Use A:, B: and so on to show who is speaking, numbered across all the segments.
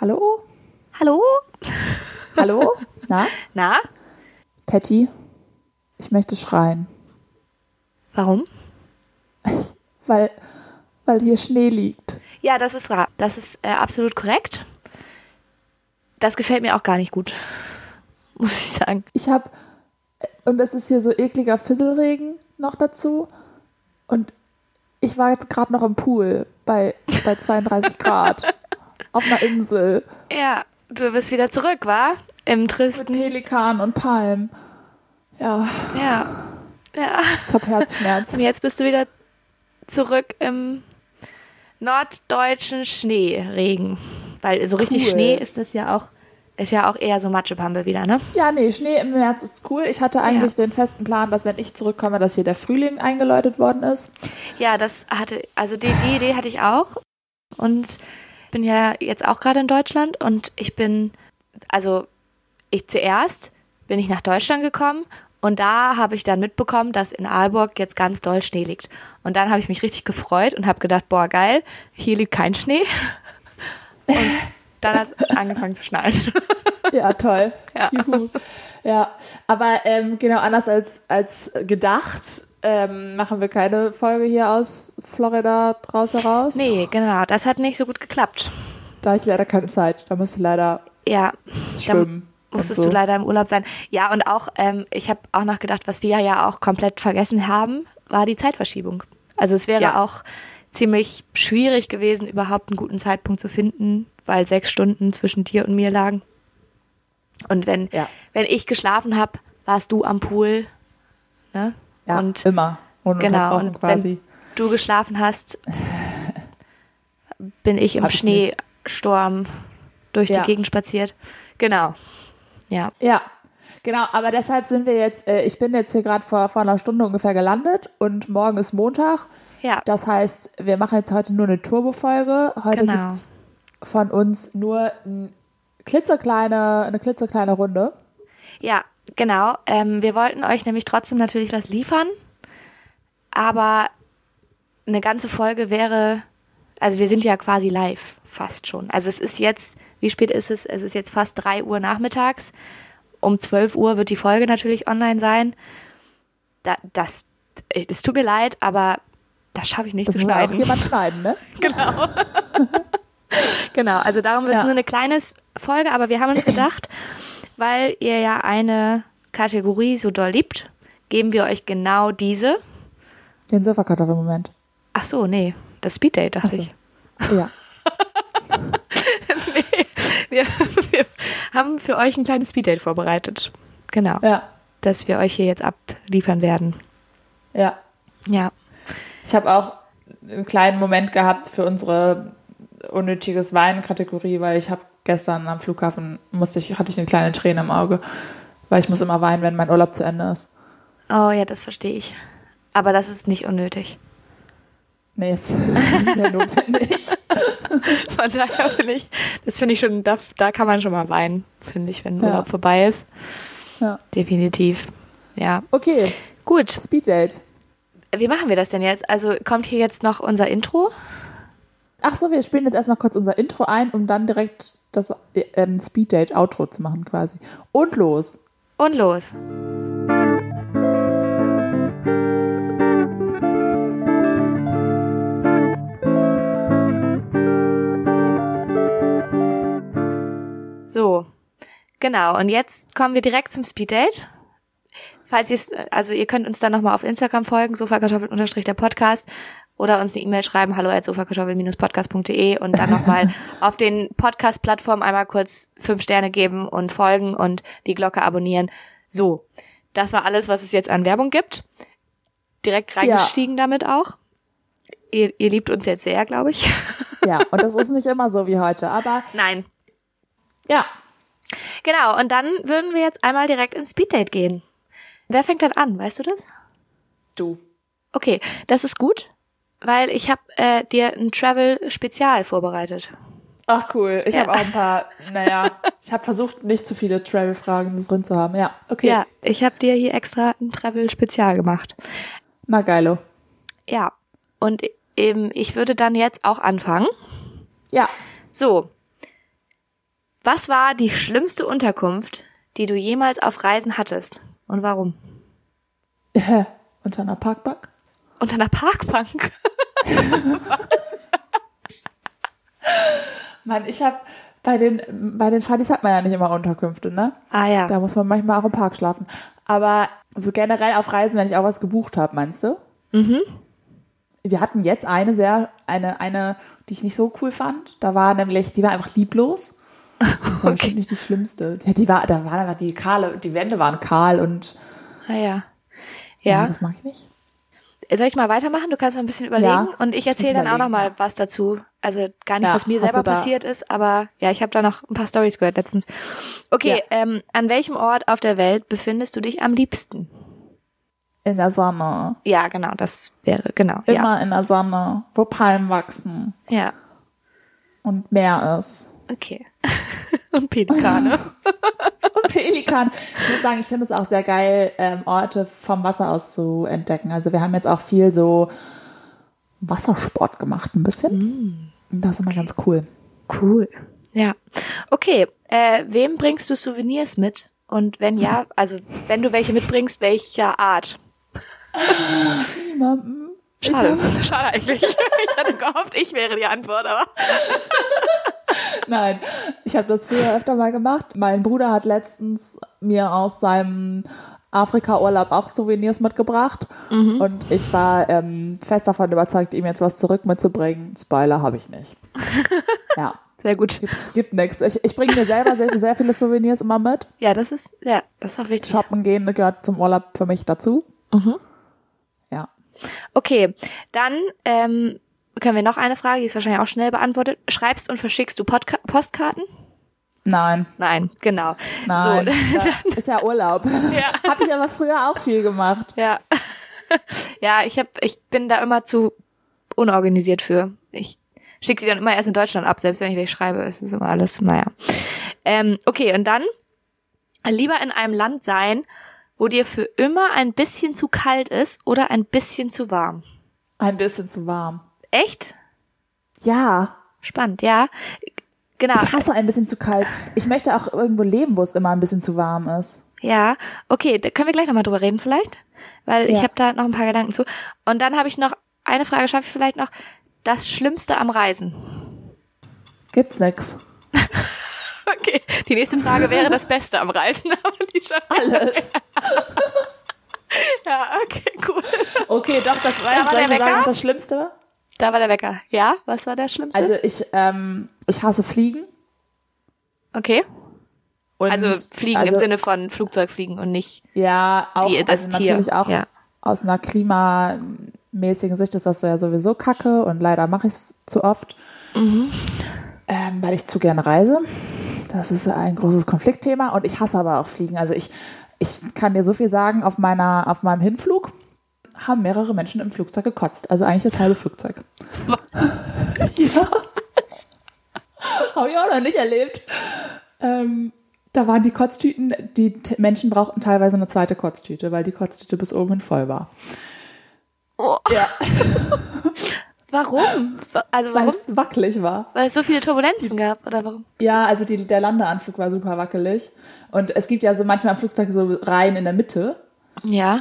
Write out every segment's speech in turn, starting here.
A: Hallo?
B: Hallo?
A: Hallo? Na?
B: Na?
A: Patty? Ich möchte schreien,
B: Warum?
A: weil, weil hier Schnee liegt.
B: Ja, das ist ra. Das ist äh, absolut korrekt. Das gefällt mir auch gar nicht gut. Muss ich sagen.
A: Ich habe, und es ist hier so ekliger Fisselregen noch dazu. Und ich war jetzt gerade noch im Pool bei, bei 32 Grad auf einer Insel
B: Ja, du bist wieder zurück, war? Im
A: mit
B: Tristen.
A: Pelikanen und Palmen. Ja,
B: Ja. Ja.
A: ich habe Herzschmerzen.
B: Und jetzt bist du wieder zurück im norddeutschen Schneeregen. Weil so richtig
A: Cool.
B: Schnee ist das ja auch, ist ja auch eher so Matschepampe wieder, ne?
A: Ja, nee, Schnee im März ist cool. Ich hatte eigentlich den festen Plan, dass wenn ich zurückkomme, dass hier der Frühling eingeläutet worden ist.
B: Ja, das hatte, also die, die Idee hatte ich auch. Und bin ja jetzt auch gerade in Deutschland und ich bin, also ich zuerst bin ich nach Deutschland gekommen und da habe ich dann mitbekommen, dass in Aalborg jetzt ganz doll Schnee liegt. Und dann habe ich mich richtig gefreut und habe gedacht, boah, geil, hier liegt kein Schnee. Und dann hat es angefangen zu schneien.
A: Ja, toll.
B: Ja.
A: Juhu. ja. Aber ähm, genau anders als, als gedacht ähm, machen wir keine Folge hier aus Florida draus heraus.
B: Nee, genau, das hat nicht so gut geklappt.
A: Da hatte ich leider keine Zeit. Da musste ich leider
B: Ja,
A: schwimmen. und
B: Musstest
A: so.
B: du leider im Urlaub sein. Ja, und auch, ähm, ich habe auch nachgedacht, was wir ja auch komplett vergessen haben, war die Zeitverschiebung. Also es wäre
A: Ja.
B: auch ziemlich schwierig gewesen, überhaupt einen guten Zeitpunkt zu finden, weil sechs Stunden zwischen dir und mir lagen. Und wenn,
A: Ja.
B: wenn ich geschlafen habe, warst du am Pool. Ne?
A: Ja,
B: und
A: immer.
B: genau,
A: Ununterbrochen
B: und
A: quasi.
B: wenn du geschlafen hast, bin ich im
A: Hab ich nicht.
B: Schneesturm durch
A: Ja.
B: die Gegend spaziert. Genau. Ja.
A: Ja, genau. Aber deshalb sind wir jetzt, äh, ich bin jetzt hier gerade vor, vor einer Stunde ungefähr gelandet und morgen ist Montag.
B: Ja.
A: Das heißt, wir machen jetzt heute nur eine Turbo-Folge. Heute
B: Genau.
A: gibt's von uns nur ein klitzekleine, eine klitzekleine Runde.
B: Ja, genau. Ähm, wir wollten euch nämlich trotzdem natürlich was liefern, aber eine ganze Folge wäre, also wir sind ja quasi live, fast schon. Also es ist jetzt, wie spät ist es? Es ist jetzt fast 3 Uhr nachmittags. Um 12 Uhr wird die Folge natürlich online sein. Da, das, äh, es tut mir leid, aber das schaffe ich nicht
A: Das
B: zu
A: muss auch
B: schneiden.
A: jemand schneiden, ne?
B: Genau, also darum wird es
A: Ja.
B: nur eine kleine S- Folge, aber wir haben uns gedacht, weil ihr ja eine Kategorie so doll liebt, geben wir euch genau diese.
A: Den Sofakartoffelmoment.
B: Ach so, nee, das Speed Date dachte
A: Ach so.
B: ich.
A: Ja.
B: Wir, wir haben für euch ein kleines Speed Date vorbereitet. Genau,
A: Ja.
B: das wir euch hier jetzt abliefern werden.
A: Ja.
B: Ja.
A: Ich habe auch einen kleinen Moment gehabt für unsere unnötiges Weinen-Kategorie, weil ich habe gestern am Flughafen musste ich, hatte ich eine kleine Träne im Auge, weil ich muss immer weinen, wenn mein Urlaub zu Ende ist.
B: Oh ja, das verstehe ich. Aber das ist nicht unnötig.
A: Nee, es ist ja notwendig.
B: Von daher finde ich, das finde ich schon, da, da kann man schon mal weinen, finde ich, wenn
A: Ja.
B: Urlaub vorbei ist.
A: Ja.
B: Definitiv. Ja.
A: Okay,
B: Gut.
A: Speeddate.
B: Wie machen wir das denn jetzt? Also kommt hier jetzt noch unser Intro?
A: Ach so, wir spielen jetzt erstmal kurz unser Intro ein, um dann direkt das äh, ähm, Speeddate-Outro zu machen quasi. Und los.
B: Und los. So, genau. Und jetzt kommen wir direkt zum Speeddate. Falls ihr es, also ihr könnt uns dann nochmal auf Instagram folgen, sofakartoffel der Podcast oder uns eine E-Mail schreiben, hallo at sofakartoffel-podcast.de und dann nochmal auf den Podcast-Plattformen einmal kurz fünf Sterne geben und folgen und die Glocke abonnieren. So, das war alles, was es jetzt an Werbung gibt. Direkt reingestiegen damit auch. Ihr, ihr liebt uns jetzt sehr, glaube ich.
A: Ja, und das ist nicht immer so wie heute, aber
B: Nein.
A: ja,
B: Genau, und dann würden wir jetzt einmal direkt ins Speeddate gehen. Wer fängt dann an, weißt du das?
A: du.
B: Okay, das ist gut, weil ich habe äh, dir ein Travel-Spezial vorbereitet.
A: Ach cool, ich
B: Ja.
A: habe auch ein paar, naja, ich habe versucht, nicht zu viele Travel-Fragen drin zu haben. Ja, okay.
B: Ja, ich habe dir hier extra ein Travel-Spezial gemacht.
A: Na geilo.
B: Ja, und eben, ich würde dann jetzt auch anfangen.
A: Ja,
B: So, Was war die schlimmste Unterkunft, die du jemals auf Reisen hattest? Und warum?
A: Hä? Unter einer Parkbank?
B: Unter einer Parkbank.
A: Mann, ich habe bei den, bei den Partys hat man ja nicht immer Unterkünfte, ne?
B: Ah ja.
A: Da muss man manchmal auch im Park schlafen. Aber so generell auf Reisen, wenn ich auch was gebucht habe, meinst du?
B: Mhm.
A: Wir hatten jetzt eine sehr, eine, eine, die ich nicht so cool fand. Da war nämlich, die war einfach lieblos. Das war bestimmt nicht die schlimmste. Ja, die war, da waren aber die kahle, die Wände waren kahl und
B: Ah ja.
A: ja.
B: Ja.
A: das mag ich nicht.
B: Soll ich mal weitermachen? Du kannst noch ein bisschen überlegen
A: Ja,
B: und ich erzähle
A: muss
B: dann auch noch
A: überlegen,
B: mal was dazu. Also gar nicht,
A: Ja,
B: was mir
A: hast
B: selber
A: du da-
B: passiert ist, aber ja, ich habe da noch ein paar Stories gehört letztens. Okay,
A: Ja.
B: ähm, an welchem Ort auf der Welt befindest du dich am liebsten?
A: In der Sonne.
B: Ja, genau, das wäre genau.
A: Immer in der Sonne, wo Palmen wachsen
B: Ja. ja.
A: und Meer ist.
B: Okay. und Pelikane.
A: Und Pelikan. Ich muss sagen, ich finde es auch sehr geil, ähm, Orte vom Wasser aus zu entdecken. Also wir haben jetzt auch viel so Wassersport gemacht, ein bisschen. Und Das ist immer ganz cool.
B: cool. Ja. Okay, äh, wem bringst du Souvenirs mit? Und wenn ja, also wenn du welche mitbringst, welcher Art?
A: Niemandem.
B: Schade. Schade eigentlich. Ich hatte gehofft, ich wäre die Antwort, aber.
A: Nein, ich habe das früher öfter mal gemacht. Mein Bruder hat letztens mir aus seinem Afrika-Urlaub auch Souvenirs mitgebracht. Und ich war ähm, fest davon überzeugt, ihm jetzt was zurück mitzubringen. Spoiler habe ich nicht. ja,
B: Sehr gut.
A: gibt, gibt nichts. Ich, ich bringe mir selber sehr, sehr viele Souvenirs immer mit.
B: Ja, das ist, ja, das ist auch wichtig.
A: Shoppen gehen gehört zum Urlaub für mich dazu.
B: Mhm.
A: Ja.
B: Okay, dann ähm, können wir noch eine Frage, die ist wahrscheinlich auch schnell beantwortet. Schreibst und verschickst du Podka Postkarten?
A: Nein,
B: Nein, genau.
A: nein.
B: So,
A: Ja, ist ja Urlaub.
B: Ja.
A: Habe ich aber früher auch viel gemacht.
B: Ja. ja, ich hab, ich bin da immer zu unorganisiert für. Ich schicke die dann immer erst in Deutschland ab, selbst wenn ich welche schreibe. Es ist immer alles, naja. Ähm, okay, und dann lieber in einem Land sein, wo dir für immer ein bisschen zu kalt ist oder ein bisschen zu warm.
A: Ein bisschen zu warm.
B: Echt?
A: Ja,
B: Spannend, ja. Genau,
A: Ich hasse ein bisschen zu kalt. Ich möchte auch irgendwo leben, wo es immer ein bisschen zu warm ist.
B: ja. Okay, da können wir gleich nochmal drüber reden vielleicht, weil ich
A: Ja.
B: habe da noch ein paar Gedanken zu. Und dann habe ich noch eine Frage, schaffe ich vielleicht noch. Das Schlimmste am Reisen.
A: Gibt's nix.
B: Okay, die nächste Frage wäre das Beste am Reisen, aber die schon
A: Alles.
B: Ja, okay, cool.
A: Okay, doch, das war ja
B: war
A: soll ich
B: der
A: mal sagen,
B: Wecker?
A: was das Schlimmste war?
B: Da war der Wecker. Ja, was war der Schlimmste?
A: Also ich, ähm, ich hasse Fliegen.
B: okay.
A: Und
B: ähm, Also fliegen
A: also,
B: im Sinne von Flugzeugfliegen und nicht
A: Ja, auch,
B: die, das
A: also
B: Tier.
A: natürlich auch
B: Ja.
A: aus einer klimamäßigen Sicht ist das ja sowieso kacke und leider mache ich es zu oft,
B: Mhm.
A: ähm, weil ich zu gerne reise. Das ist ein großes Konfliktthema und ich hasse aber auch Fliegen. Also ich, ich kann dir so viel sagen, auf, meiner, auf meinem Hinflug haben mehrere Menschen im Flugzeug gekotzt. Also eigentlich das halbe Flugzeug. ja. Habe ich auch noch nicht erlebt. Ähm, da waren die Kotztüten, die t- Menschen brauchten teilweise eine zweite Kotztüte, weil die Kotztüte bis oben hin voll war.
B: Oh.
A: Ja.
B: Warum? Wa- Also
A: Weil
B: warum?
A: es wackelig war.
B: Weil es so viele Turbulenzen gab oder warum?
A: Ja, also die, der Landeanflug war super wackelig. Und es gibt ja so manchmal im Flugzeug so Reihen in der Mitte.
B: Ja.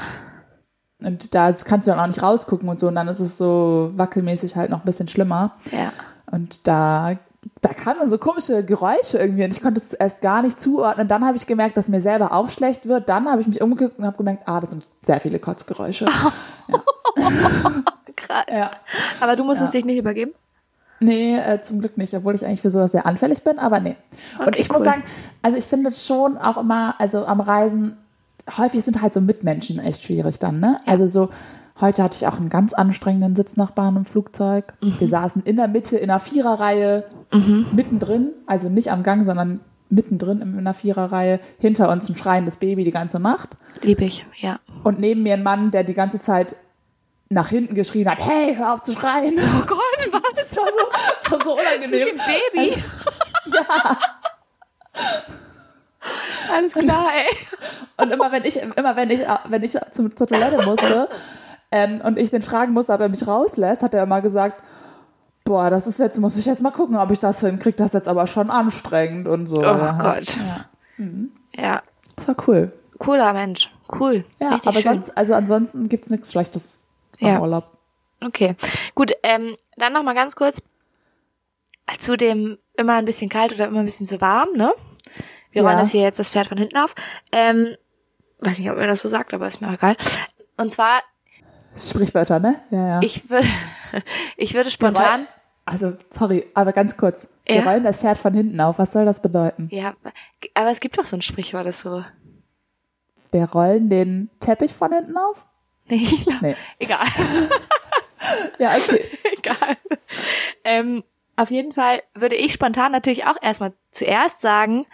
A: Und da kannst du dann auch nicht rausgucken und so. Und dann ist es so wackelmäßig halt noch ein bisschen schlimmer.
B: Ja.
A: Und da, da kamen dann so komische Geräusche irgendwie und ich konnte es erst gar nicht zuordnen. Dann habe ich gemerkt, dass mir selber auch schlecht wird. Dann habe ich mich umgeguckt und habe gemerkt, ah, das sind sehr viele Kotzgeräusche.
B: Krass.
A: Ja.
B: Aber du musstest dich nicht übergeben?
A: Nee, äh, zum Glück nicht, obwohl ich eigentlich für sowas sehr anfällig bin, aber nee. und
B: Okay,
A: ich muss
B: cool.
A: sagen, also ich finde schon auch immer, also am Reisen, häufig sind halt so Mitmenschen echt schwierig dann, ne? Also so, heute hatte ich auch einen ganz anstrengenden Sitznachbarn im Flugzeug.
B: Mhm.
A: Wir saßen in der Mitte in einer Viererreihe, mittendrin, also nicht am Gang, sondern mittendrin in einer Viererreihe, hinter uns ein schreiendes Baby die ganze Nacht
B: Lieb ich, ja.
A: und neben mir ein Mann, der die ganze Zeit nach hinten geschrien hat, hey, hör auf zu schreien.
B: Oh Gott, was?
A: Das war so, das war so
B: Mit
A: unangenehm.
B: dem Baby? Also, ja. Alles klar, ey.
A: Und immer wenn ich, immer wenn ich, wenn ich zum, zur Toilette musste ähm, und ich den fragen musste, ob er mich rauslässt, hat er immer gesagt, boah, das ist jetzt, muss ich jetzt mal gucken, ob ich das hinkriege, das ist jetzt aber schon anstrengend und so.
B: Oh
A: Aber halt,
B: Gott.
A: Ja.
B: Ja,
A: Das war cool.
B: cooler Mensch. Cool.
A: Ja,
B: Richtig
A: aber
B: schön.
A: sonst, also ansonsten gibt's nichts Schlechtes am
B: Ja.
A: Urlaub.
B: Okay, gut. Ähm, dann noch mal ganz kurz zu dem immer ein bisschen kalt oder immer ein bisschen zu warm. Ne, wir
A: Ja.
B: rollen das hier jetzt das Pferd von hinten auf. Ähm, weiß nicht, ob man das so sagt, aber ist mir auch egal. Und zwar
A: Sprichwörter, ne? Ja, ja.
B: ich würde ich würde spontan
A: Also, sorry, aber ganz kurz. Wir
B: Ja.
A: rollen das Pferd von hinten auf. Was soll das bedeuten?
B: ja, aber es gibt doch so ein Sprichwort, das so.
A: Wir rollen den Teppich von hinten auf?
B: Nee, ich glaub,
A: Nee.
B: egal.
A: Ja, okay.
B: Egal. Ähm, auf jeden Fall würde ich spontan natürlich auch erstmal zuerst sagen,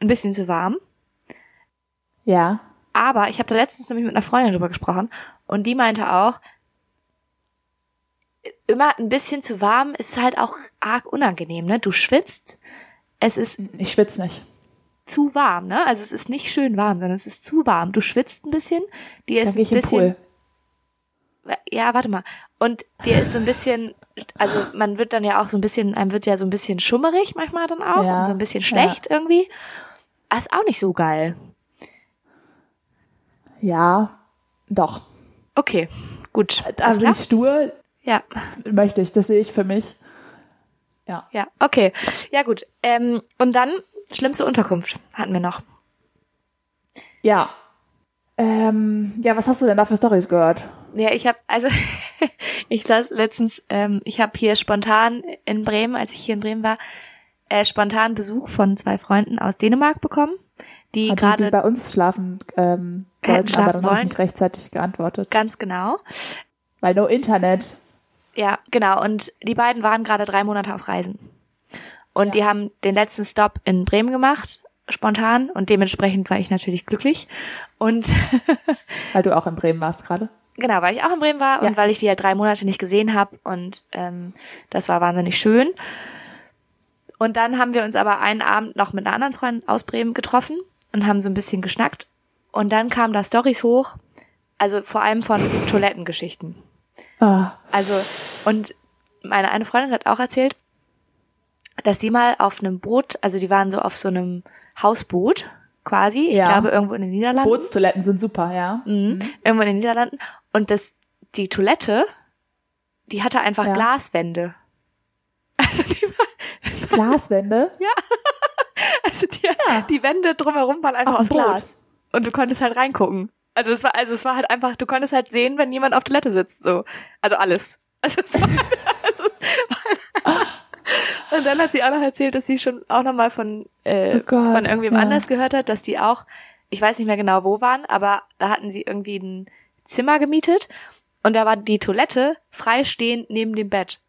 B: ein bisschen zu warm.
A: ja.
B: Aber ich habe da letztens nämlich mit einer Freundin drüber gesprochen und die meinte auch, immer ein bisschen zu warm ist halt auch arg unangenehm, ne? Du schwitzt, es ist
A: Ich schwitze nicht.
B: zu warm, ne? Also es ist nicht schön warm, sondern es ist zu warm. Du schwitzt ein bisschen, dir
A: Dann
B: ist
A: gehe
B: ein
A: ich in den
B: bisschen
A: Pool.
B: ja, warte mal. Und dir ist so ein bisschen, also man wird dann ja auch so ein bisschen, einem wird ja so ein bisschen schummerig manchmal dann auch
A: Ja,
B: und so ein bisschen schlecht irgendwie. Ah, Ist auch nicht so geil.
A: Ja, doch.
B: Ah, Okay, gut. Alles
A: Also
B: klar?
A: die Stur
B: Ja,
A: das möchte ich, das sehe ich für mich. Ja.
B: ja, okay. Ja, gut. Ähm, und dann schlimmste Unterkunft hatten wir noch.
A: Ja. Ähm, ja, was hast du denn da für Stories gehört?
B: Ja, ich habe also ich saß letztens, ähm, ich habe hier spontan in Bremen, als ich hier in Bremen war, äh, spontan Besuch von zwei Freunden aus Dänemark bekommen, Ah, die
A: Die, die
B: gerade
A: bei uns schlafen ähm,
B: Hätten
A: sollten,
B: schlafen
A: aber dann habe
B: wollen.
A: ich nicht rechtzeitig geantwortet.
B: ganz genau
A: Weil no Internet.
B: Ja, genau. Und die beiden waren gerade drei Monate auf Reisen. Und die haben den letzten Stop in Bremen gemacht, spontan. Und dementsprechend war ich natürlich glücklich. Und
A: Weil du auch in Bremen warst gerade.
B: genau, weil ich auch in Bremen war und
A: Ja.
B: weil ich die ja drei Monate nicht gesehen habe. Und ähm, das war wahnsinnig schön. Und dann haben wir uns aber einen Abend noch mit einer anderen Freundin aus Bremen getroffen und haben so ein bisschen geschnackt. Und dann kamen da Stories hoch, also vor allem von Toilettengeschichten.
A: Ah,
B: Also, und meine eine Freundin hat auch erzählt, dass sie mal auf einem Boot, also die waren so auf so einem Hausboot quasi, ich
A: Ja.
B: glaube irgendwo in den Niederlanden.
A: Bootstoiletten sind super, ja.
B: Mhm. Irgendwo in den Niederlanden. Und das, die Toilette, die hatte einfach
A: Ja.
B: Glaswände. Also die, war-
A: Glaswände.
B: also die, die Wände drumherum waren einfach
A: Auf
B: aus
A: dem Boot.
B: Glas. Und du konntest halt reingucken. Also es war, also es war halt einfach, du konntest halt sehen, wenn jemand auf Toilette sitzt, so. Also alles. Also es war, also es war halt Und dann hat sie auch noch erzählt, dass sie schon auch nochmal von, äh,
A: Oh Gott,
B: von irgendwem
A: ja.
B: anders gehört hat, dass die auch, ich weiß nicht mehr genau wo waren, aber da hatten sie irgendwie ein Zimmer gemietet und da war die Toilette freistehend neben dem Bett.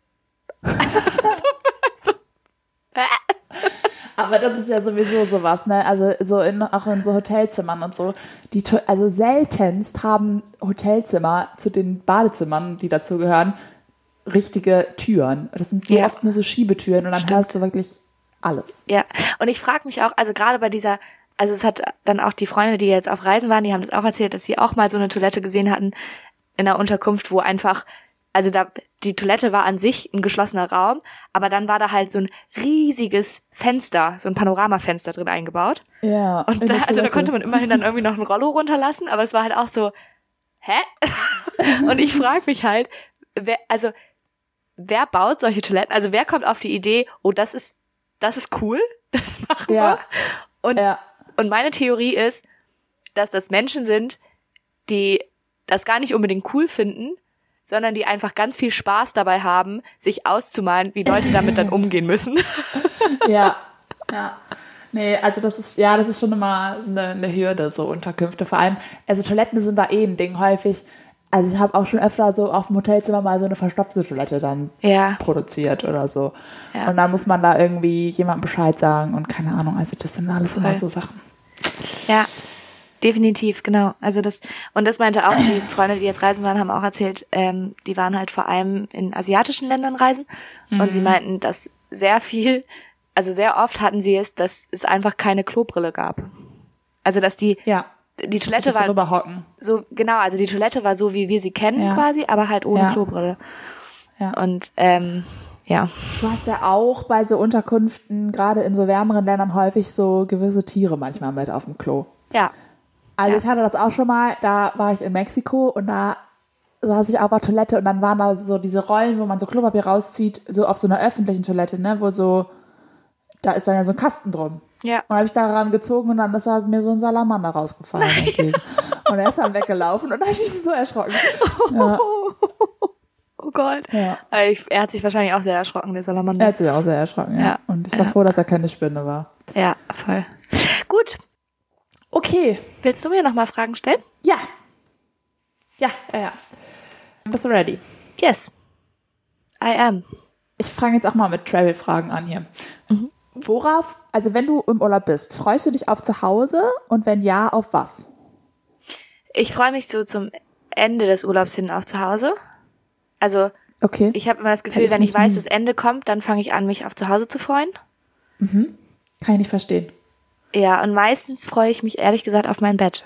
A: Aber das ist ja sowieso sowas, ne? Also so in, auch in so Hotelzimmern und so. Die, To- also seltenst haben Hotelzimmer zu den Badezimmern, die dazugehören, richtige Türen. Das sind so
B: Ja.
A: oft nur so Schiebetüren und dann hörst du wirklich alles.
B: Ja, und ich frage mich auch, also gerade bei dieser, also es hat dann auch die Freunde, die jetzt auf Reisen waren, die haben das auch erzählt, dass sie auch mal so eine Toilette gesehen hatten in einer Unterkunft, wo einfach, also da die Toilette war an sich ein geschlossener Raum, aber dann war da halt so ein riesiges Fenster, so ein Panoramafenster drin eingebaut.
A: Ja.
B: Und da, also da konnte man immerhin dann irgendwie noch ein Rollo runterlassen, aber es war halt auch so, hä? Und ich frage mich halt, wer, also wer baut solche Toiletten? Also wer kommt auf die Idee, oh, das ist, das ist cool, das machen
A: Ja.
B: wir. Und,
A: Ja.
B: und meine Theorie ist, dass das Menschen sind, die das gar nicht unbedingt cool finden, sondern die einfach ganz viel Spaß dabei haben, sich auszumalen, wie Leute damit dann umgehen müssen.
A: Ja. ja. Nee, also das ist, ja, das ist schon immer eine, eine Hürde, so Unterkünfte. Vor allem, also Toiletten sind da eh ein Ding häufig. Also ich habe auch schon öfter so auf dem Hotelzimmer mal so eine verstopfte Toilette dann
B: Ja.
A: produziert oder so.
B: Ja.
A: Und dann muss man da irgendwie jemandem Bescheid sagen und keine Ahnung. Also das sind alles immer
B: Voll.
A: so Sachen.
B: Ja, definitiv, genau. Also das und das meinte auch die Freunde, die jetzt reisen waren, haben auch erzählt, ähm, die waren halt vor allem in asiatischen Ländern reisen und
A: Mhm.
B: sie meinten, dass sehr viel, also sehr oft hatten sie es, dass es einfach keine Klobrille gab. Also dass die
A: Ja.
B: die
A: Dass
B: Toilette
A: ich so
B: war
A: rüberhocken.
B: so genau, also die Toilette war so wie wir sie kennen
A: Ja.
B: quasi, aber halt ohne
A: Ja.
B: Klobrille.
A: Ja.
B: Und ähm, ja.
A: Du hast ja auch bei so Unterkünften, gerade in so wärmeren Ländern, häufig so gewisse Tiere manchmal mit auf dem Klo.
B: Ja.
A: Also
B: Ja.
A: ich hatte das auch schon mal, da war ich in Mexiko und da saß ich auf der Toilette und dann waren da so diese Rollen, wo man so Klopapier rauszieht, so auf so einer öffentlichen Toilette, ne, wo so, da ist dann ja so ein Kasten drum.
B: Ja.
A: Und habe ich daran gezogen und dann ist da mir so ein Salamander rausgefallen. entgegen. und er ist dann weggelaufen und da habe ich mich so erschrocken.
B: Oh Gott.
A: Ja.
B: Aber ich, er hat sich wahrscheinlich auch sehr erschrocken, der Salamander.
A: Er hat sich auch sehr erschrocken, ja.
B: Ja.
A: Und ich war froh, dass er keine Spinne war.
B: Ja, voll. Gut.
A: Okay.
B: Willst du mir nochmal Fragen stellen?
A: Ja. Ja, ja, ja. Bist du ready?
B: Yes. I am.
A: Ich fange jetzt auch mal mit Travel-Fragen an hier. Mhm. Worauf, also wenn du im Urlaub bist, freust du dich auf zu Hause und wenn ja, auf was?
B: Ich freue mich so zum Ende des Urlaubs hin auf zu Hause. Also,
A: Okay.
B: ich habe immer das Gefühl,
A: ich
B: wenn ich
A: nicht
B: weiß,
A: nie.
B: das Ende kommt, dann fange ich an, mich auf zu Hause zu freuen.
A: Kann ich nicht verstehen.
B: Ja, und meistens freue ich mich ehrlich gesagt auf mein Bett.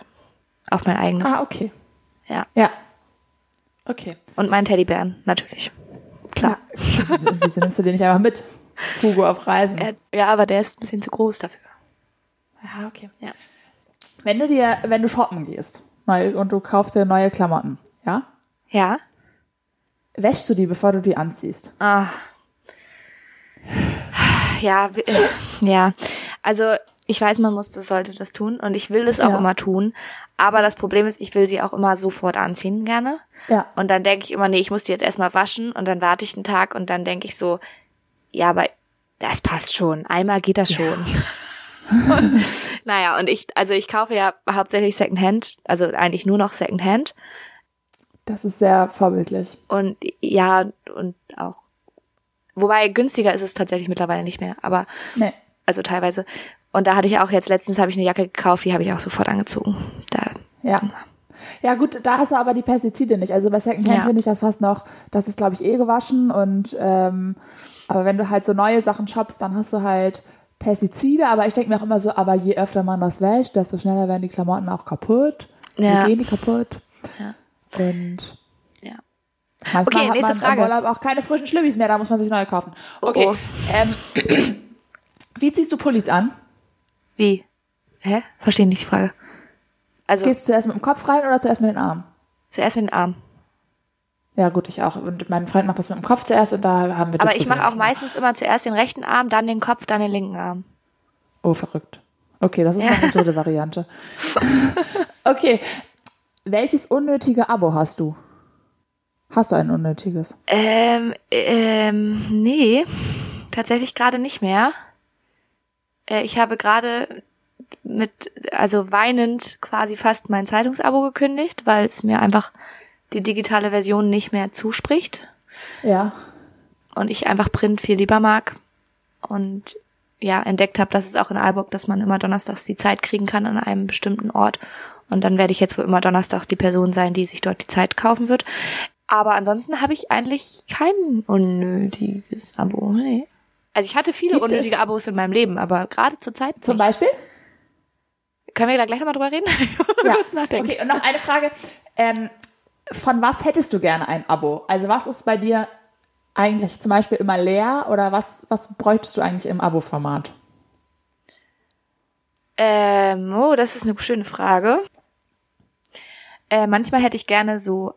B: Auf mein eigenes.
A: Ah, okay.
B: Ja.
A: Ja. Okay.
B: Und meinen Teddybären, natürlich. Klar.
A: Wieso nimmst du den nicht einfach mit? Hugo auf Reisen.
B: Ja. ja, aber der ist ein bisschen zu groß dafür.
A: Ja, okay.
B: Ja.
A: Wenn du dir, wenn du shoppen gehst neu, und du kaufst dir neue Klamotten, ja?
B: Ja?
A: Wäschst du die, bevor du die anziehst?
B: Ah. Ja, w- äh, ja. Also ich weiß, man muss das, sollte das tun und ich will das auch
A: Ja.
B: immer tun. Aber das Problem ist, ich will sie auch immer sofort anziehen gerne.
A: Ja.
B: Und dann denke ich immer, nee, ich muss die jetzt erstmal waschen und dann warte ich einen Tag und dann denke ich so, ja, aber das passt schon. Einmal geht das schon. und, naja, und ich, also ich kaufe ja hauptsächlich Secondhand, also eigentlich nur noch Secondhand.
A: Das ist sehr vorbildlich.
B: Und ja, und auch. Wobei günstiger ist es tatsächlich mittlerweile nicht mehr, aber
A: Nee.
B: also teilweise. Und da hatte ich auch jetzt letztens habe ich eine Jacke gekauft, die habe ich auch sofort angezogen. Da
A: Ja. Ja, gut, da hast du aber die Pestizide nicht. Also bei Secondhand
B: Ja.
A: finde ich das fast noch, das ist, glaube ich, eh gewaschen und ähm, aber wenn du halt so neue Sachen shoppst, dann hast du halt Pestizide, aber ich denke mir auch immer so, aber je öfter man das wäscht, desto schneller werden die Klamotten auch kaputt.
B: Ja.
A: Die gehen die kaputt.
B: Ja.
A: Und
B: ja.
A: manchmal
B: Okay,
A: hat
B: nächste
A: man
B: Frage.
A: im Urlaub auch keine frischen Schlimmis mehr, da muss man sich neue kaufen.
B: Oh,
A: Okay.
B: oh.
A: Ähm, wie ziehst du Pullis an?
B: Wie? Hä? Verstehe nicht die Frage. Also
A: Gehst du zuerst mit dem Kopf rein oder zuerst mit den Armen?
B: zuerst mit den Armen.
A: Ja, gut, ich auch. Und mein Freund macht das mit dem Kopf zuerst und da haben wir
B: Aber ich
A: Diskussionen.
B: mache auch meistens immer zuerst den rechten Arm, dann den Kopf, dann den linken Arm.
A: Oh, verrückt. Okay, das ist noch eine dritte Variante. Okay. Welches unnötige Abo hast du? Hast du ein unnötiges?
B: Ähm, ähm, nee, tatsächlich gerade nicht mehr. Äh, ich habe gerade mit, also weinend quasi fast mein Zeitungsabo gekündigt, weil es mir einfach die digitale Version nicht mehr zuspricht
A: Ja.
B: und ich einfach Print viel lieber mag und ja, entdeckt habe, dass es auch in Aalborg, dass man immer donnerstags die Zeit kriegen kann an einem bestimmten Ort. Und dann werde ich jetzt wohl immer donnerstags die Person sein, die sich dort die Zeit kaufen wird. Aber ansonsten habe ich eigentlich kein unnötiges Abo. Nee. Also ich hatte viele
A: Gibt
B: unnötige
A: es-
B: Abos in meinem Leben, aber gerade zur Zeit.
A: Zum
B: nicht.
A: Beispiel?
B: Können wir da gleich nochmal drüber reden?
A: Ja.
B: Kurz nachdenken.
A: Okay, und noch eine Frage. Ähm, von was hättest du gerne ein Abo? Also was ist bei dir eigentlich zum Beispiel immer leer oder was, was bräuchtest du eigentlich im Abo-Format?
B: Ähm, oh, das ist eine schöne Frage. Äh, manchmal hätte ich gerne so,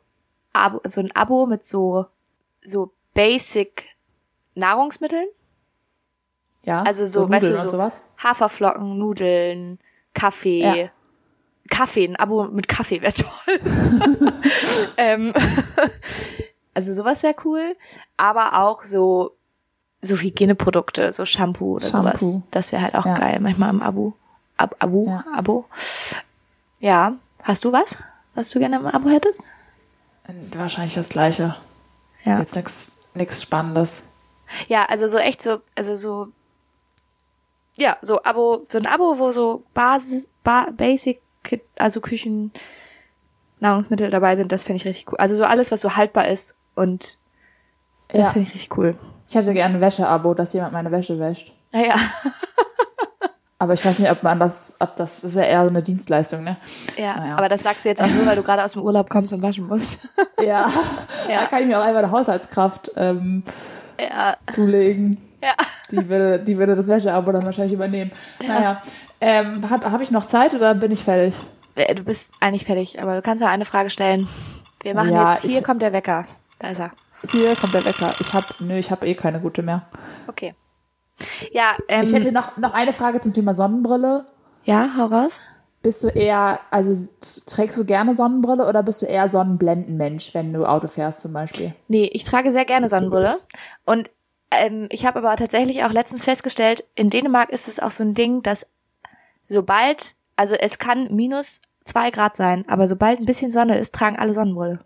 B: Abo, so ein Abo mit so, so basic Nahrungsmitteln.
A: Ja,
B: Also so,
A: Nudeln
B: weißt du,
A: und
B: so
A: sowas?
B: Haferflocken, Nudeln, Kaffee.
A: Ja.
B: Kaffee, ein Abo mit Kaffee wäre toll. ähm, also sowas wäre cool. Aber auch so, so Hygieneprodukte, so Shampoo oder sowas.
A: Shampoo.
B: Das wäre halt auch
A: Ja.
B: geil, manchmal im Abo. Ab, Abo,
A: Ja.
B: Abo. Ja. Hast du was, was du gerne im Abo hättest?
A: Wahrscheinlich das Gleiche.
B: Ja.
A: Jetzt nichts nix Spannendes.
B: Ja, also so echt so, also so, ja, so Abo, so ein Abo, wo so Basis, ba, Basic, Ki- also Küchen, Nahrungsmittel dabei sind, das finde ich richtig cool. Also so alles, was so haltbar ist und das
A: Ja.
B: finde ich richtig cool.
A: Ich hätte gerne ein Wäsche-Abo, dass jemand meine Wäsche wäscht.
B: Naja,
A: Aber ich weiß nicht, ob man das, ob das, das ist ja eher so eine Dienstleistung, ne?
B: ja,
A: Naja.
B: aber das sagst du jetzt auch nur, weil du gerade aus dem Urlaub kommst und waschen musst.
A: Ja.
B: Ja.
A: Da kann ich mir auch einfach eine Haushaltskraft ähm,
B: Ja.
A: zulegen.
B: Ja.
A: Die würde, die würde das Wäscheabo dann wahrscheinlich übernehmen. Naja, ähm, habe hab ich noch Zeit oder bin ich fertig?
B: Äh, Du bist eigentlich fertig, aber du kannst noch eine Frage stellen. Wir machen
A: Ja,
B: jetzt, hier
A: ich-
B: kommt der Wecker. Da ist er.
A: Hier kommt der Wecker. Ich habe, nö, ich habe eh keine gute mehr.
B: Okay. Ja, ähm,
A: Ich hätte noch, noch eine Frage zum Thema Sonnenbrille.
B: ja, hau raus.
A: Bist du eher, also s- trägst du gerne Sonnenbrille oder bist du eher Sonnenblendenmensch, wenn du Auto fährst zum Beispiel?
B: Nee, ich trage sehr gerne Sonnenbrille. Und ähm, ich habe aber tatsächlich auch letztens festgestellt, in Dänemark ist es auch so ein Ding, dass sobald, also es kann minus zwei Grad sein, aber sobald ein bisschen Sonne ist, tragen alle Sonnenbrille.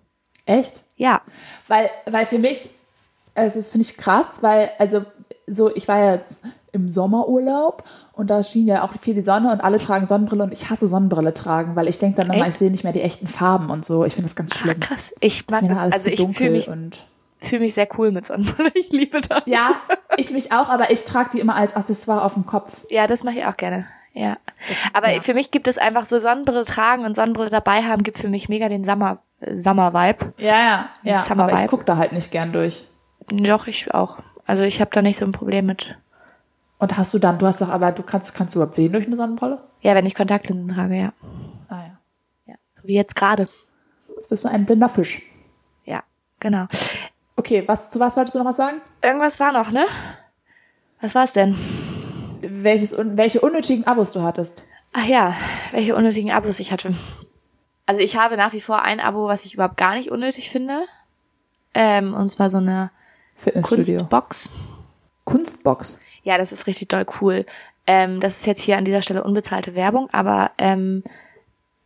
A: Echt?
B: Ja.
A: Weil, weil für mich, es ist, finde ich krass, weil, also, so, ich war ja jetzt im Sommerurlaub und da schien ja auch viel die Sonne und alle tragen Sonnenbrille und ich hasse Sonnenbrille tragen, weil ich denke dann immer,
B: Echt?
A: ich sehe nicht mehr die echten Farben und so. Ich finde das ganz
B: Ach,
A: schlimm.
B: krass. Ich
A: Ist
B: mag
A: mir dann
B: das.
A: alles
B: Also
A: zu
B: ich
A: dunkel
B: fühle mich,
A: und
B: fühl mich sehr cool mit Sonnenbrille. Ich liebe das.
A: ja, ich mich auch, aber ich trage die immer als Accessoire auf dem Kopf.
B: Ja, das mache ich auch gerne. Ja. Aber
A: ja.
B: für mich gibt es einfach so Sonnenbrille tragen und Sonnenbrille dabei haben, gibt für mich mega den Summer, äh, Summer-Vibe.
A: Ja, ja. ja
B: Summer
A: aber ich
B: Vibe.
A: gucke da halt nicht gern durch.
B: Doch, ich auch. Also ich habe da nicht so ein Problem mit.
A: Und hast du dann, du hast doch aber, du kannst, kannst du überhaupt sehen durch eine Sonnenbrille?
B: Ja, wenn ich Kontaktlinsen trage, ja.
A: Ah ja.
B: ja. So wie jetzt gerade.
A: Jetzt bist du ein blinder Fisch.
B: Ja, genau.
A: Okay, was, zu was wolltest du noch was sagen?
B: Irgendwas war noch, ne? Was war's denn?
A: Welches, un- welche unnötigen Abos du hattest?
B: Ach ja, welche unnötigen Abos ich hatte. Also ich habe nach wie vor ein Abo, was ich überhaupt gar nicht unnötig finde. Ähm, und zwar so eine
A: Fitnessstudio.
B: Kunstbox.
A: Kunstbox.
B: Ja, das ist richtig doll cool. Ähm, das ist jetzt hier an dieser Stelle unbezahlte Werbung, aber ähm,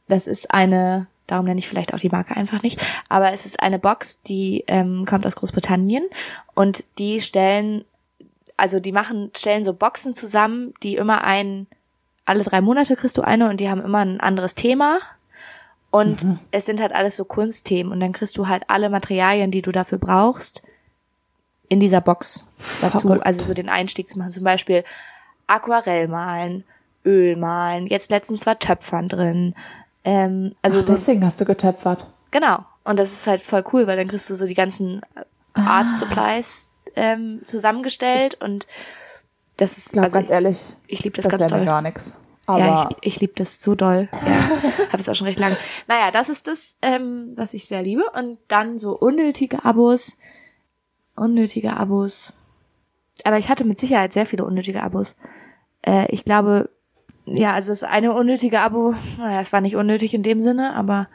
B: das ist eine, darum nenne ich vielleicht auch die Marke einfach nicht, aber es ist eine Box, die ähm, kommt aus Großbritannien und die stellen, also die machen, stellen so Boxen zusammen, die immer ein, alle drei Monate kriegst du eine und die haben immer ein anderes Thema. Und es sind halt alles so Kunstthemen und dann kriegst du halt alle Materialien, die du dafür brauchst, in dieser Box dazu.
A: Verrückt.
B: Also so den Einstieg zu machen. Zum Beispiel Aquarell malen, Öl malen. Jetzt letztens war Töpfern drin. Ähm, also
A: Ach,
B: so,
A: deswegen hast du getöpfert.
B: genau. Und das ist halt voll cool, weil dann kriegst du so die ganzen
A: Ah.
B: Art Supplies ähm, zusammengestellt und das ist,
A: Ich glaube,
B: also
A: ganz ehrlich,
B: ich, ich liebe das,
A: das,
B: ganz
A: wäre mir
B: doll.
A: gar nichts. Aber
B: ja, ich, ich liebe das so doll. Ja, habe es auch schon recht lange. Naja, das ist das, ähm, was ich sehr liebe. Und dann so unnötige Abos. Unnötige Abos. Aber ich hatte mit Sicherheit sehr viele unnötige Abos. Äh, ich glaube, ja, also das eine unnötige Abo, naja, es war nicht unnötig in dem Sinne, aber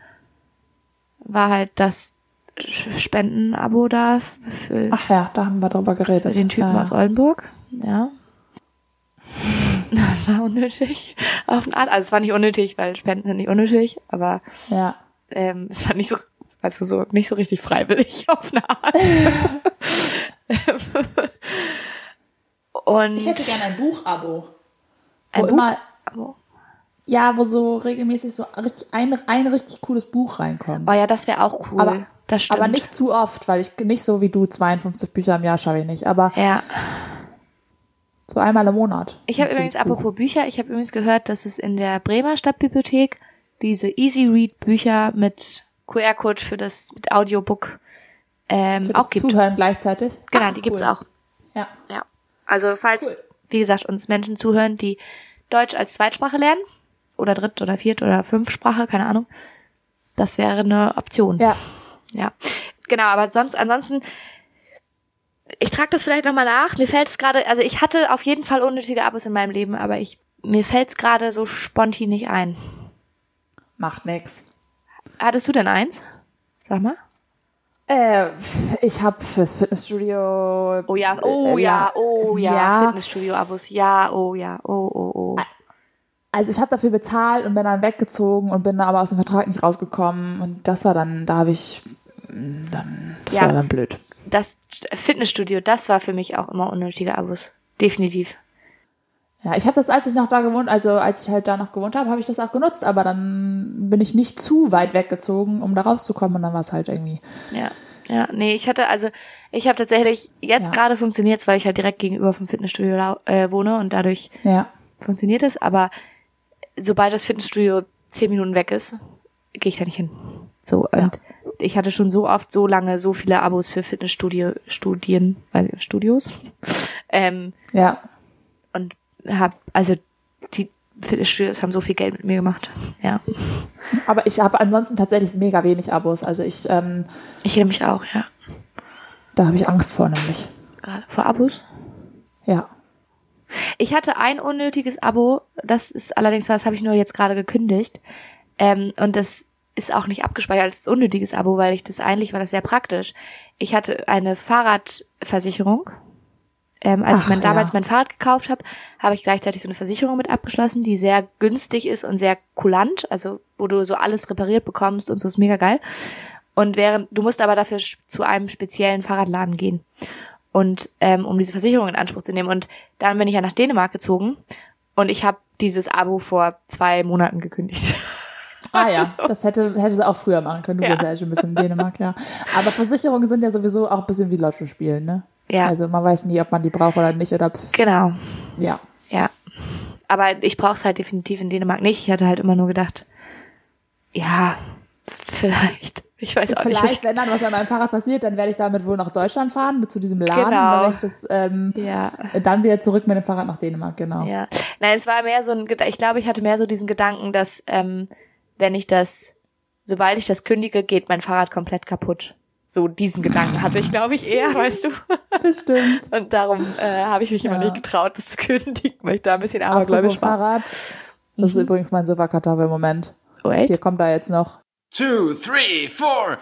B: war halt das Sch- Spenden-Abo da für,
A: ach ja, da haben wir drüber geredet.
B: für den Typen
A: ja.
B: aus Oldenburg. Ja. Das war unnötig. Auf eine Art. Also es war nicht unnötig, weil Spenden sind nicht unnötig, aber
A: Ja.
B: ähm, es war nicht so, also so, nicht so richtig freiwillig auf eine Art. Und
A: ein Buchabo.
B: ein
A: Wo
B: Buch- Oh,
A: immer,
B: Abo.
A: ja, wo so regelmäßig so richtig- ein, ein richtig cooles Buch reinkommt.
B: Oh ja, das wäre auch cool.
A: Aber-
B: das stimmt.
A: Aber nicht zu oft, weil ich nicht so wie du 52 Bücher im Jahr schaffe ich nicht, aber
B: Ja.
A: so einmal im Monat.
B: Ich habe übrigens, apropos Bücher, ich habe übrigens gehört, dass es in der Bremer Stadtbibliothek diese Easy Read Bücher mit QR-Code für das mit Audiobook ähm,
A: Für das
B: auch gibt.
A: Zuhören gleichzeitig.
B: Genau,
A: Ach,
B: die gibt's
A: cool.
B: auch.
A: Ja.
B: Ja. Also falls,
A: Cool.
B: wie gesagt, uns Menschen zuhören, die Deutsch als Zweitsprache lernen oder Dritt- oder Viert- oder Fünfsprache, keine Ahnung, das wäre eine Option.
A: Ja.
B: Ja, genau, aber sonst, ansonsten, ich trage das vielleicht nochmal nach. Mir fällt es gerade, also ich hatte auf jeden Fall unnötige Abos in meinem Leben, aber ich, mir fällt es gerade so spontan nicht ein.
A: Macht nix.
B: Hattest du denn eins? Sag mal.
A: Äh, ich habe fürs Fitnessstudio.
B: Oh ja, oh
A: äh,
B: ja, oh ja,
A: Ja.
B: Fitnessstudio-Abos, ja, oh ja, oh, oh, oh.
A: Ah. Also ich habe dafür bezahlt und bin dann weggezogen und bin dann aber aus dem Vertrag nicht rausgekommen und das war dann, da habe ich, mm, dann, das
B: Ja.
A: war dann blöd.
B: Das Fitnessstudio, das war für mich auch immer unnötige Abos. Definitiv.
A: Ja, ich habe das, als ich noch da gewohnt, also als ich halt da noch gewohnt habe, habe ich das auch genutzt, aber dann bin ich nicht zu weit weggezogen, um da rauszukommen und dann war es halt irgendwie.
B: Ja. Ja, nee, ich hatte also, ich habe tatsächlich, jetzt
A: Ja.
B: gerade funktioniert's, weil ich halt direkt gegenüber vom Fitnessstudio lau- äh, wohne und dadurch
A: Ja.
B: funktioniert es, aber sobald das Fitnessstudio zehn Minuten weg ist, gehe ich da nicht hin. So, und ich hatte schon so oft, so lange, so viele Abos für Fitnessstudio, Studien, weiß ich, Studios. ähm,
A: Ja.
B: und hab, also die Fitnessstudios haben so viel Geld mit mir gemacht. Ja.
A: Aber ich habe ansonsten tatsächlich mega wenig Abos. Also ich, ähm,
B: Ich erinnere mich auch, ja.
A: da habe ich Angst vor nämlich.
B: Gerade vor Abos.
A: Ja.
B: Ich hatte ein unnötiges Abo, das ist allerdings was, habe ich nur jetzt gerade gekündigt. Ähm, und das ist auch nicht abgespeichert als unnötiges Abo, weil ich das eigentlich war das sehr praktisch. Ich hatte eine Fahrradversicherung. Ähm, als
A: Ach,
B: ich mein, damals
A: ja.
B: mein Fahrrad gekauft habe, habe ich gleichzeitig so eine Versicherung mit abgeschlossen, die sehr günstig ist und sehr kulant, also wo du so alles repariert bekommst und so ist mega geil. Und während du musst aber dafür sch- zu einem speziellen Fahrradladen gehen und ähm, um diese Versicherung in Anspruch zu nehmen. Und dann bin ich ja nach Dänemark gezogen und ich habe dieses Abo vor zwei Monaten gekündigt.
A: Ah ja, das hätte, hätte sie auch früher machen können. Du
B: Also. Ja.
A: bist ja jetzt schon ein bisschen in Dänemark, ja. Aber Versicherungen sind ja sowieso auch ein bisschen wie Lotto spielen, ne?
B: Ja.
A: Also man weiß nie, ob man die braucht oder nicht oder ob's,
B: Genau,
A: ja.
B: ja. Aber ich brauche es halt definitiv in Dänemark nicht. Ich hatte halt immer nur gedacht, ja, vielleicht. Ich weiß auch
A: Vielleicht,
B: nicht.
A: wenn dann was an meinem Fahrrad passiert, dann werde ich damit wohl nach Deutschland fahren, zu diesem Laden,
B: Genau.
A: dann werde ich das, ähm,
B: was- Ja.
A: dann wieder zurück mit dem Fahrrad nach Dänemark, genau.
B: Ja, nein, es war mehr so ein, Geda- ich glaube, ich hatte mehr so diesen Gedanken, dass ähm, wenn ich das, sobald ich das kündige, geht mein Fahrrad komplett kaputt. So diesen Gedanken hatte ich, glaube ich, eher, weißt du.
A: Bestimmt.
B: Und darum äh, habe ich mich immer
A: Ja.
B: nicht getraut, das zu kündigen, weil ich da ein bisschen
A: Apropos
B: abergläubisch war.
A: Fahrrad. Das ist übrigens mein Silberkartoffel im Moment.
B: Oh, echt?
A: Hier kommt da jetzt noch.
C: two, three, four.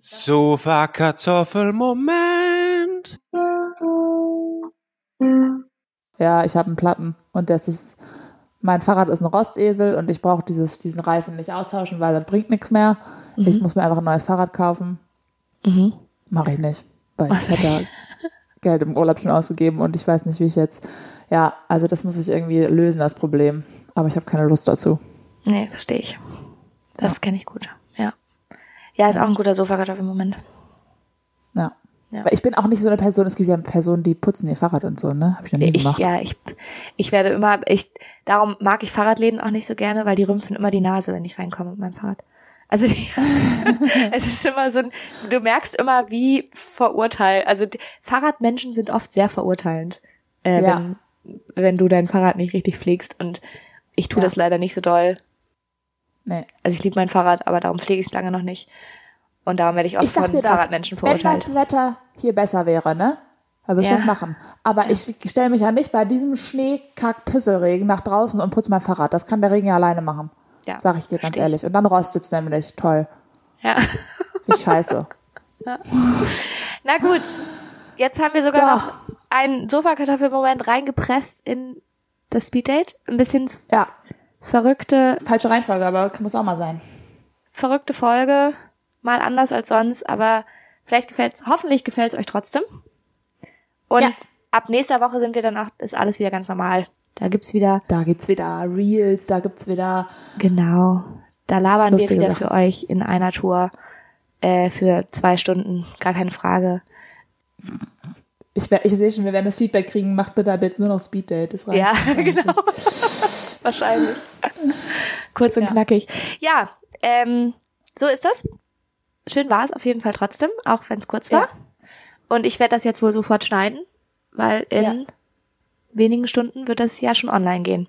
C: Sofa Kartoffelmoment.
A: Ja, ich habe einen Platten und das ist mein Fahrrad ist ein Rostesel und ich brauche dieses diesen Reifen nicht austauschen, weil das bringt nichts mehr. Ich muss mir einfach ein neues Fahrrad kaufen.
B: Mhm.
A: Mache ich nicht, weil
B: Machst
A: ich
B: du
A: habe da Geld im Urlaub schon ausgegeben und ich weiß nicht, wie ich jetzt. Ja, also das muss ich irgendwie lösen das Problem, aber ich habe keine Lust dazu.
B: Nee, verstehe ich. Das kenne ich gut, ja. Ja, ist auch ein guter Sofakartoffel-Moment.
A: Ja.
B: Ja.
A: Weil ich bin auch nicht so eine Person, es gibt ja Personen, die putzen ihr Fahrrad und so, ne? Habe ich noch nie
B: Ich,
A: gemacht.
B: ja, ich, ich werde immer, ich, darum mag ich Fahrradläden auch nicht so gerne, weil die rümpfen immer die Nase, wenn ich reinkomme mit meinem Fahrrad. Also die, es ist immer so ein, du merkst immer, wie verurteilt, also die- Fahrradmenschen sind oft sehr verurteilend, äh,
A: Ja.
B: wenn, wenn du dein Fahrrad nicht richtig pflegst und ich tue
A: Ja.
B: das leider nicht so doll.
A: Nee.
B: Also ich liebe mein Fahrrad, aber darum pflege ich es lange noch nicht. Und darum werde ich oft
A: ich sag
B: von
A: dir das,
B: Fahrradmenschen
A: wenn
B: verurteilt.
A: das Wetter hier besser wäre, ne? Dann würde
B: Ja.
A: ich das machen. Aber ich stelle mich ja nicht bei diesem Schneekack-Pisselregen nach draußen und putze mein Fahrrad. Das kann der Regen ja alleine machen.
B: Ja,
A: Sag ich dir ganz
B: versteh ich.
A: ehrlich. Und dann rostet's nämlich. Toll.
B: Ja.
A: Wie scheiße.
B: Na gut, jetzt haben wir sogar
A: So.
B: noch einen Sofakartoffelmoment reingepresst in das Speeddate. Ein bisschen f-
A: ja,
B: verrückte,
A: falsche Reihenfolge, aber muss auch mal sein.
B: verrückte Folge, mal anders als sonst, aber vielleicht gefällt's, hoffentlich gefällt's euch trotzdem. Und
A: Ja.
B: ab nächster Woche sind wir dann auch, ist alles wieder ganz normal. Da gibt's wieder,
A: Da gibt's wieder Reels, da gibt's wieder
B: genau, da labern
A: Lustige
B: wir wieder
A: Sachen.
B: für euch in einer Tour äh, für zwei Stunden, gar keine Frage.
A: ich, wer- ich sehe schon, wir werden das Feedback kriegen, macht bitte ab jetzt nur noch Speeddate. Das reicht.
B: Ja, genau. Wahrscheinlich. Kurz und
A: Ja.
B: knackig. Ja, ähm, so ist das. Schön war es auf jeden Fall trotzdem, auch wenn es kurz war.
A: Ja.
B: Und ich werde das jetzt wohl sofort schneiden, weil in
A: Ja.
B: wenigen Stunden wird das ja schon online gehen.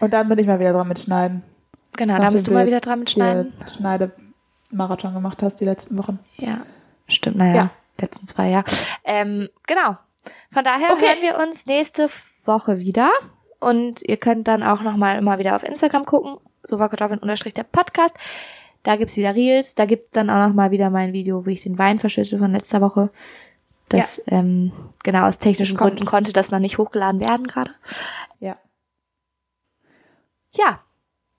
A: Und dann bin ich mal wieder dran mit Schneiden.
B: Genau, da bist du
A: Nachdem
B: mal wieder
A: jetzt
B: dran mit Schneiden.
A: hier Schneide-Marathon gemacht hast die letzten Wochen.
B: Ja, stimmt, naja,
A: Ja.
B: letzten zwei Jahre. Ähm, genau. Von daher
A: Okay.
B: hören wir uns nächste Woche wieder. Und ihr könnt dann auch nochmal immer wieder auf Instagram gucken. So war Kartoffeln unterstrich der Podcast. Da gibt's wieder Reels. Da gibt's dann auch nochmal wieder mein Video, wie ich den Wein verschütte von letzter Woche. Das, ähm, genau, aus technischen
A: Das kommt.
B: Gründen konnte das noch nicht hochgeladen werden gerade.
A: Ja.
B: Ja,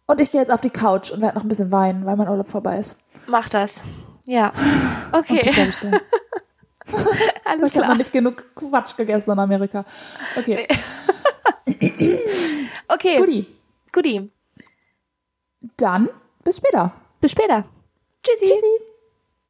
A: Und ich gehe jetzt auf die Couch und werde noch ein bisschen weinen, weil mein Urlaub vorbei ist.
B: mach das. Ja. Okay,
A: Pizza bestellen.
B: alles
A: Ich habe noch
B: klar.
A: nicht genug Quatsch gegessen in Amerika. Okay,
B: Okay,
A: Guti.
B: guti.
A: Dann bis später.
B: Bis später. Tschüssi.
A: Tschüssi.